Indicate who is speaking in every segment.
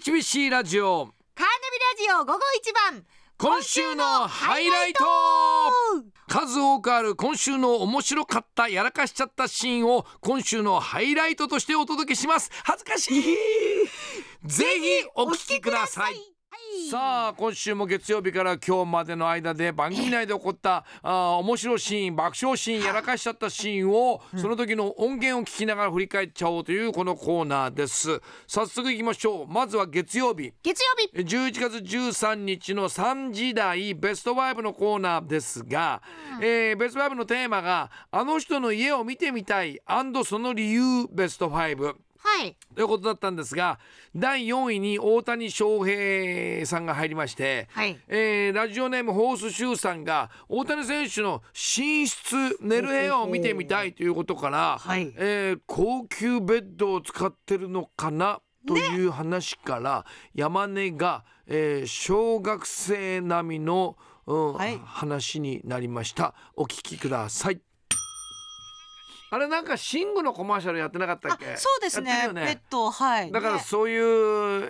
Speaker 1: HBC ラジオ
Speaker 2: カーナビラジオ午後一番
Speaker 1: 今週のハイライト数多くある今週の面白かったやらかしちゃったシーンを今週のハイライトとしてお届けします恥ずか しいぜひお聞きくださいさあ今週も月曜日から今日までの間で番組内で起こったあー面白シーン爆笑シーンやらかしちゃったシーンをその時の音源を聞きながら振り返っちゃおうというこのコーナーです早速いきましょうまずは月曜日
Speaker 2: 月曜日
Speaker 1: 11月13日の3時台ベスト5のコーナーですが、えーベスト5のテーマが「あの人の家を見てみたいその理由ベスト5」
Speaker 2: はい
Speaker 1: ということだったんですが第4位に大谷翔平さんが入りまして、
Speaker 2: はい
Speaker 1: えーラジオネームホースシューさんが大谷選手の寝室寝る部屋を見てみたいということから、
Speaker 2: はい
Speaker 1: えー高級ベッドを使ってるのかなという話から、山根が、えー小学生並みの、うん
Speaker 2: はい
Speaker 1: 話になりましたお聞きくださいあれなんか寝具のコマーシャルやってなかった
Speaker 2: あ
Speaker 1: っけ
Speaker 2: そうで
Speaker 1: や
Speaker 2: す
Speaker 1: っ
Speaker 2: ね
Speaker 1: てるよ
Speaker 2: ベッドはい
Speaker 1: だから
Speaker 2: ね
Speaker 1: そういう、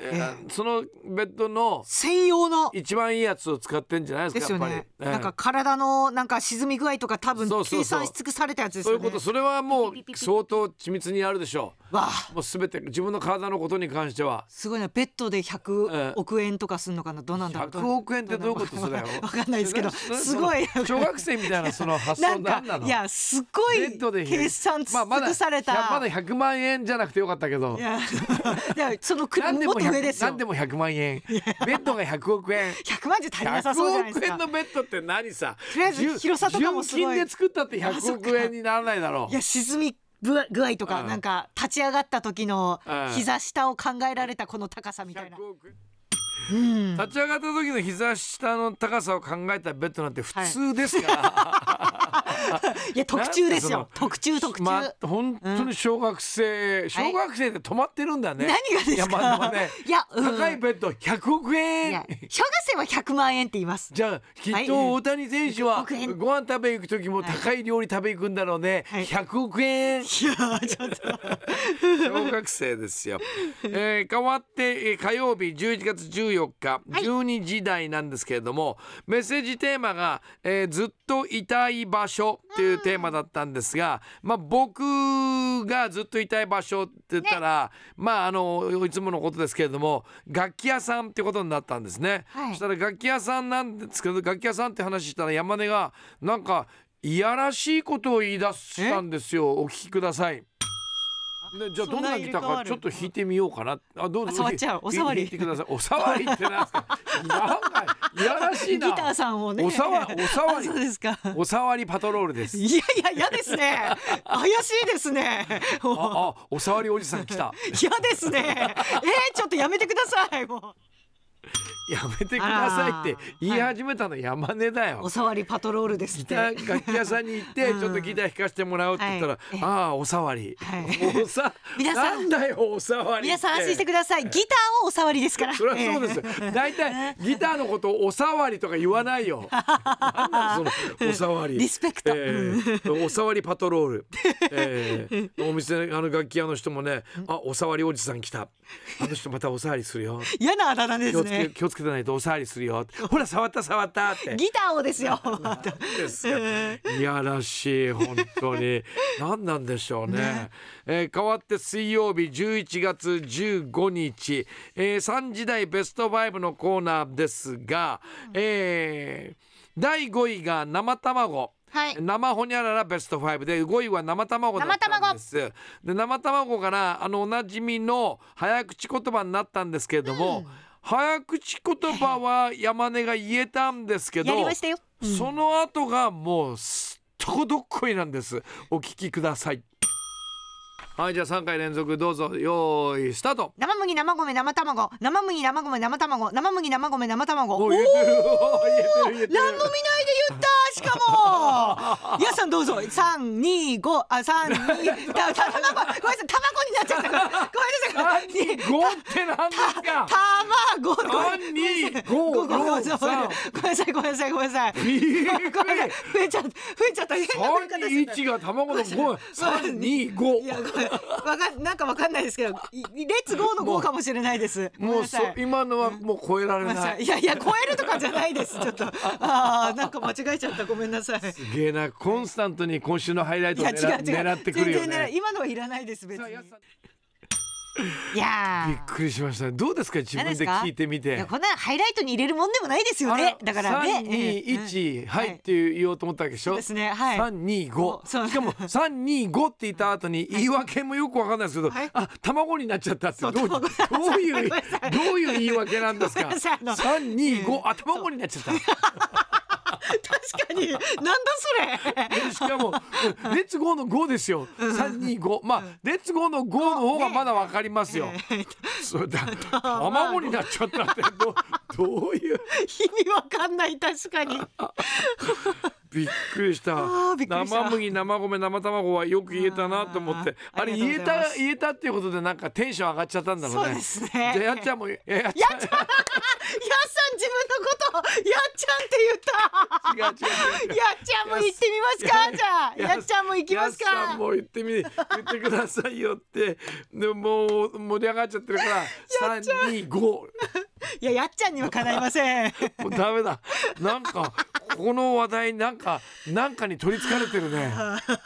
Speaker 1: えーそのベッドの
Speaker 2: 専用の
Speaker 1: 一番いいやつを使ってんじゃないで
Speaker 2: ですす
Speaker 1: か、
Speaker 2: よ
Speaker 1: やっ
Speaker 2: ね
Speaker 1: ぱり。
Speaker 2: なんか体のなんか沈み具合とか多分
Speaker 1: そうそうそう
Speaker 2: 計算し尽くされたやつです
Speaker 1: そうい
Speaker 2: よ
Speaker 1: うこ
Speaker 2: ね
Speaker 1: とそれはもう
Speaker 2: ピピピピピ
Speaker 1: 相当緻密にやるでしょ
Speaker 2: わあ
Speaker 1: うもう全て自分の体のことに関しては
Speaker 2: すごいなベッドで
Speaker 1: ええ
Speaker 2: 100億円とかすんのかなどうなんだろう
Speaker 1: 100億円ってどういうことそれ
Speaker 2: わかんないですけど
Speaker 1: それ
Speaker 2: すごい
Speaker 1: その小学生みたいなその発
Speaker 2: な
Speaker 1: 想
Speaker 2: ん
Speaker 1: なんな
Speaker 2: か
Speaker 1: の
Speaker 2: いやすご
Speaker 1: ベ
Speaker 2: い
Speaker 1: ッドで
Speaker 2: 計算
Speaker 1: まあ
Speaker 2: 尽
Speaker 1: まだ
Speaker 2: くされ
Speaker 1: いやま
Speaker 2: た
Speaker 1: だ100万円じゃなくてよかったけど
Speaker 2: いやいやそのくも
Speaker 1: 何
Speaker 2: っ
Speaker 1: でも
Speaker 2: と上ですよ
Speaker 1: 何でも100万円ベッドが100億 円
Speaker 2: 100万じゃ足りなさそうじゃな
Speaker 1: 100
Speaker 2: いです
Speaker 1: 億円
Speaker 2: か
Speaker 1: のベッドって何さ
Speaker 2: とりあえず
Speaker 1: 純
Speaker 2: 広さとかもすごい
Speaker 1: 純金で作ったって100億円にならないだろ
Speaker 2: いや沈み具合具合とか、
Speaker 1: うん
Speaker 2: なんか立ち上がった時の
Speaker 1: うん
Speaker 2: 膝下を考えられたこの高さ
Speaker 1: う
Speaker 2: みたいな、
Speaker 1: 100億円
Speaker 2: うん、
Speaker 1: 立ち上がった時の膝下の高さを考えたベッドなんて普通ですから、
Speaker 2: いや特注です
Speaker 1: なん
Speaker 2: よ
Speaker 1: か
Speaker 2: 特注特注、
Speaker 1: まあ本当に小学生、小学生で泊まってるんだね
Speaker 2: 何がですか
Speaker 1: いやまあでもね
Speaker 2: いやうん
Speaker 1: 高いベッド100億
Speaker 2: いや
Speaker 1: 円
Speaker 2: 小学生は100万円って言います
Speaker 1: じゃあき
Speaker 2: は
Speaker 1: っ
Speaker 2: い
Speaker 1: と大谷選手
Speaker 2: 100
Speaker 1: は
Speaker 2: 億円
Speaker 1: ご飯食べ行く時も高い料理食べ行くんだろうね、
Speaker 2: はい
Speaker 1: 100億円
Speaker 2: いやーちょっ と
Speaker 1: 小学生ですよ。えー、変わって、えー火曜日11月14日、12時台なんですけれども、メッセージテーマが、えーずっといたい場所っていうテーマだったんですが、まあ僕がずっといたい場所って言ったら、まああのいつものことですけれども、楽器屋さんってことになったんですね。
Speaker 2: は
Speaker 1: そ
Speaker 2: い
Speaker 1: したら楽器屋さんなんですけど、楽器屋さんって話したら山根がなんかいやらしいことを言い出したんですよ。お聞きください。ね、じゃあどんなギターかちょっと弾いてみようかな。あ、どうぞ。
Speaker 2: あ触っちゃうお触り
Speaker 1: 弾いてください。お触りってなんですか。なんかいやらしい
Speaker 2: ギタ
Speaker 1: な。
Speaker 2: ーさんをね
Speaker 1: おさわおさわり
Speaker 2: あそうですか
Speaker 1: お触りパトロールです。
Speaker 2: いやいや嫌ですね怪しいですねもう
Speaker 1: あ、あ、お触りおじさん来た。
Speaker 2: 嫌ですねえー、ちょっとやめてくださいも
Speaker 1: やめてくださいって言い始めたの山根だ
Speaker 2: うお
Speaker 1: よ。
Speaker 2: さわりパトロールですっ
Speaker 1: ギ
Speaker 2: て
Speaker 1: ター楽器屋さんに行って
Speaker 2: うん
Speaker 1: ちょっとギター弾かしてもらうって言ったら
Speaker 2: は、い
Speaker 1: ああお触り。
Speaker 2: はい
Speaker 1: おさ、
Speaker 2: 皆さん
Speaker 1: なんだよお触りって。
Speaker 2: 皆さん安心してくださいギターをお触りですから
Speaker 1: それはそうですよ。大体ギターのことをおさわりとか言わない よ。なんなのそのおさわり。
Speaker 2: リスペクト
Speaker 1: えーおさわりパトロール。えーお店あの楽器屋の人もね、あおさわりおじさん来た。あの人またおさわりするよ。
Speaker 2: 嫌なあだ名で
Speaker 1: 気を
Speaker 2: す
Speaker 1: つけ
Speaker 2: ね
Speaker 1: 気をつけてないとおさわりするよ。ほら触った触ったって。
Speaker 2: ギターをですよまた
Speaker 1: ですよいやらしい本当 に何なんでしょうねえー変わって水曜日11月15日、えー3時台ベスト5のコーナーですが、えー第5位が生卵。
Speaker 2: はい
Speaker 1: 生ホニャララベスト5で5位は生卵だったんです生卵で生卵からあのおなじみの早口言葉になったんですけれども、早口言葉は山根が言えたんですけど
Speaker 2: やりましたよ
Speaker 1: その後がもうすっとこどっこいなんですお聞きくださいはいじゃあ3回連続どうぞ用意スタート
Speaker 2: 生麦生米生卵生麦生米生卵生麦生米生卵
Speaker 1: お
Speaker 2: お
Speaker 1: 言えてるお言えてる言えてる
Speaker 2: 何も見ないで言ったしか皆さんどうぞ三二五あ三二たた卵ごめんなさい卵になっちゃったからごめんなさい
Speaker 1: 五ってなんですか。
Speaker 2: 卵
Speaker 1: 三二五
Speaker 2: ごめんな
Speaker 1: 五
Speaker 2: さ
Speaker 1: 三。
Speaker 2: いごめんなさいごめんなさいごめんなさい
Speaker 1: びっ
Speaker 2: ご
Speaker 1: く
Speaker 2: めんなさい
Speaker 1: り。
Speaker 2: 増えちゃった増えちゃった変な増え方
Speaker 1: 三
Speaker 2: す
Speaker 1: 二
Speaker 2: る
Speaker 1: 一が卵の五。三二
Speaker 2: い
Speaker 1: 五。
Speaker 2: やごめんわかんなんかわかんないですけどいレッツゴーのゴーかもしれないですごめん
Speaker 1: もう
Speaker 2: な
Speaker 1: そ
Speaker 2: さい
Speaker 1: 今のはもう超えられ
Speaker 2: ごめんな
Speaker 1: な
Speaker 2: さ
Speaker 1: い
Speaker 2: い。いやいや超えるとかじゃないですちょっとああなんか間違えちゃったごめんなさい
Speaker 1: すげえなコンスタントに今週のハイライ
Speaker 2: い
Speaker 1: トを
Speaker 2: や違う
Speaker 1: 狙
Speaker 2: 違う
Speaker 1: 狙ってくるよ
Speaker 2: 全然狙い
Speaker 1: ね。
Speaker 2: 今のはいらないです別
Speaker 1: さ
Speaker 2: に
Speaker 1: あやすさん
Speaker 2: いやー
Speaker 1: びっくりしましたね。どうですか自分で聞いてみ
Speaker 2: い
Speaker 1: て。
Speaker 2: やこんなハイライトに入れるもんでもないですよ
Speaker 1: あ
Speaker 2: ねだからね
Speaker 1: 三二
Speaker 2: ええうん
Speaker 1: 一は
Speaker 2: はい
Speaker 1: いって言おうと思ったわけでし
Speaker 2: そう
Speaker 1: ょ
Speaker 2: で。すねはい
Speaker 1: 三二五。
Speaker 2: そう
Speaker 1: し かも三二五って言った後に言い訳もよくわかんないですけど、
Speaker 2: はい
Speaker 1: あ卵になっちゃったってど
Speaker 2: そうう
Speaker 1: どう
Speaker 2: 卵
Speaker 1: いう
Speaker 2: ごめんなさい
Speaker 1: どういう言い訳なんです
Speaker 2: ご
Speaker 1: か
Speaker 2: めんなさいあ。の
Speaker 1: 三二五あ卵になっちゃった。
Speaker 2: 確かになんだそ れ
Speaker 1: しかもレッツゴーの五ですよ。三二五まあレッツゴーの五の方がまだわかりますよ。
Speaker 2: ええ
Speaker 1: そうだ卵になっちゃったってどうどういう
Speaker 2: 意味わかんない確かに
Speaker 1: びっくりした
Speaker 2: あーびっくりした
Speaker 1: 生麦生米生卵はよく言えたなと思って
Speaker 2: あー
Speaker 1: あれ
Speaker 2: あ
Speaker 1: 言え
Speaker 2: りがとうございま
Speaker 1: た
Speaker 2: す
Speaker 1: 言えたっていうことでなんかテンション上がっちゃったんだろうね
Speaker 2: そうですね
Speaker 1: じゃあやっちゃんもやや っちゃん
Speaker 2: やっさん自分のことをやっちゃんって言った
Speaker 1: 違う違う違う
Speaker 2: やっちゃんも行ってみますかじゃあやっちゃんも行きます
Speaker 1: やっさ
Speaker 2: か
Speaker 1: んも言ってみ言ってくださいよってでもう盛り上がっちゃってるから三二五も
Speaker 2: いややっちゃんにはかないません
Speaker 1: うダメだなんかこの話題なんかなんかに取りつかれてるねいや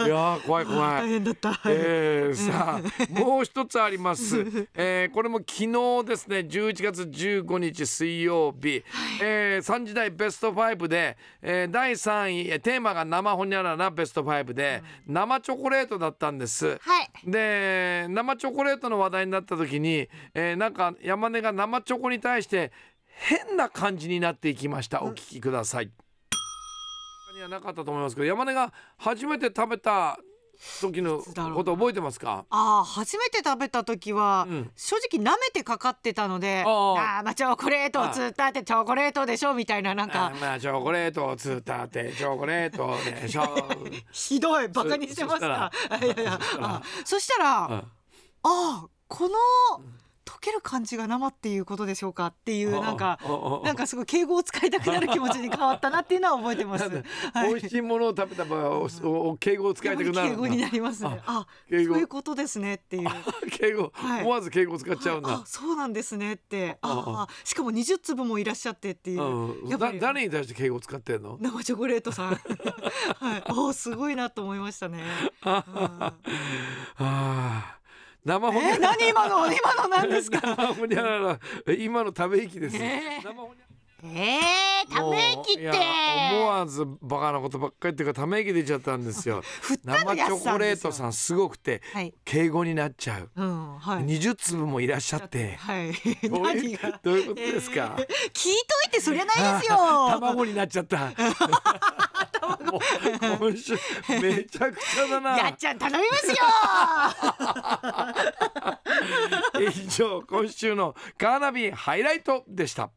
Speaker 1: ー怖い怖い
Speaker 2: 大変だった、
Speaker 1: えー、さあもう一つあります、 えー、これも昨日ですね11月15日水曜日、えー、3時代ベスト5で、えー、第3位えーテーマが生ホニャララベスト5で、生チョコレートだったんです。
Speaker 2: はい
Speaker 1: で生チョコレートの話題になった時に、えー、なんか山根が生チョコに対して変な感じになっていきましたお聞きください。にはなかったと思いますけど山根が初めて食べた時の
Speaker 2: つだろうな
Speaker 1: こと覚えてますか
Speaker 2: ああ初めて食べた時は、
Speaker 1: うん
Speaker 2: 正直舐めてかかってたので
Speaker 1: あ
Speaker 2: あ
Speaker 1: あ
Speaker 2: あーまあチョコレートをつったってチョコレートでしょみたいななん
Speaker 1: あ
Speaker 2: か
Speaker 1: まあチョコレートをつったってチョコレートでしょ
Speaker 2: ひどいバカにしてますか いやいやあそしたら、
Speaker 1: うん
Speaker 2: ああこの溶ける感じが生っていうことでしょうかっていうなんか
Speaker 1: おおお
Speaker 2: なんかすごい敬語を使いたくなる気持ちに変わったなっていうのは覚えてます。はい
Speaker 1: 美味しいものを食べた場合はおおお敬語を使いたくな
Speaker 2: 敬
Speaker 1: るん
Speaker 2: 語
Speaker 1: だ
Speaker 2: になりますね。あ、そう
Speaker 1: 敬語
Speaker 2: いうことですねっていう。
Speaker 1: 敬語
Speaker 2: はい
Speaker 1: 思わず敬語を使っちゃうん
Speaker 2: あ
Speaker 1: だ、、
Speaker 2: そうなんですねって。
Speaker 1: あ
Speaker 2: あ、しかも20粒もいらっしゃってっていうう。
Speaker 1: ん、
Speaker 2: やっ
Speaker 1: だ
Speaker 2: ぱり
Speaker 1: 誰に対して敬語を使ってんの
Speaker 2: 生チョコレートさん。 はい。お、すごいなと思いましたね。
Speaker 1: ああ生ほにゃ
Speaker 2: え、何今の今の何で すか。
Speaker 1: 生ほにゃららえ今のため息です、
Speaker 2: ねえ
Speaker 1: 生ほにゃ
Speaker 2: えー、た
Speaker 1: もう
Speaker 2: め息って
Speaker 1: い。や思わずバカなことばっかりっていうかため息出ちゃったんです よ
Speaker 2: 振ったの
Speaker 1: 生チ
Speaker 2: や
Speaker 1: ョ
Speaker 2: すさ
Speaker 1: コ
Speaker 2: ん
Speaker 1: レ
Speaker 2: で
Speaker 1: ー
Speaker 2: すよ
Speaker 1: トさんすごくて
Speaker 2: はい。
Speaker 1: 敬語になっちゃう
Speaker 2: うん、はい。
Speaker 1: 20粒もいらっしゃって
Speaker 2: はい。
Speaker 1: どうい
Speaker 2: 何
Speaker 1: う
Speaker 2: が。
Speaker 1: どういうことですか、
Speaker 2: えー聞いといてそりゃない ですよ。
Speaker 1: 卵になっちゃ った。もう今週めちゃくちゃだな。
Speaker 2: やっちゃん頼みますよ。
Speaker 1: 以上今週のカーナビハイライトでした。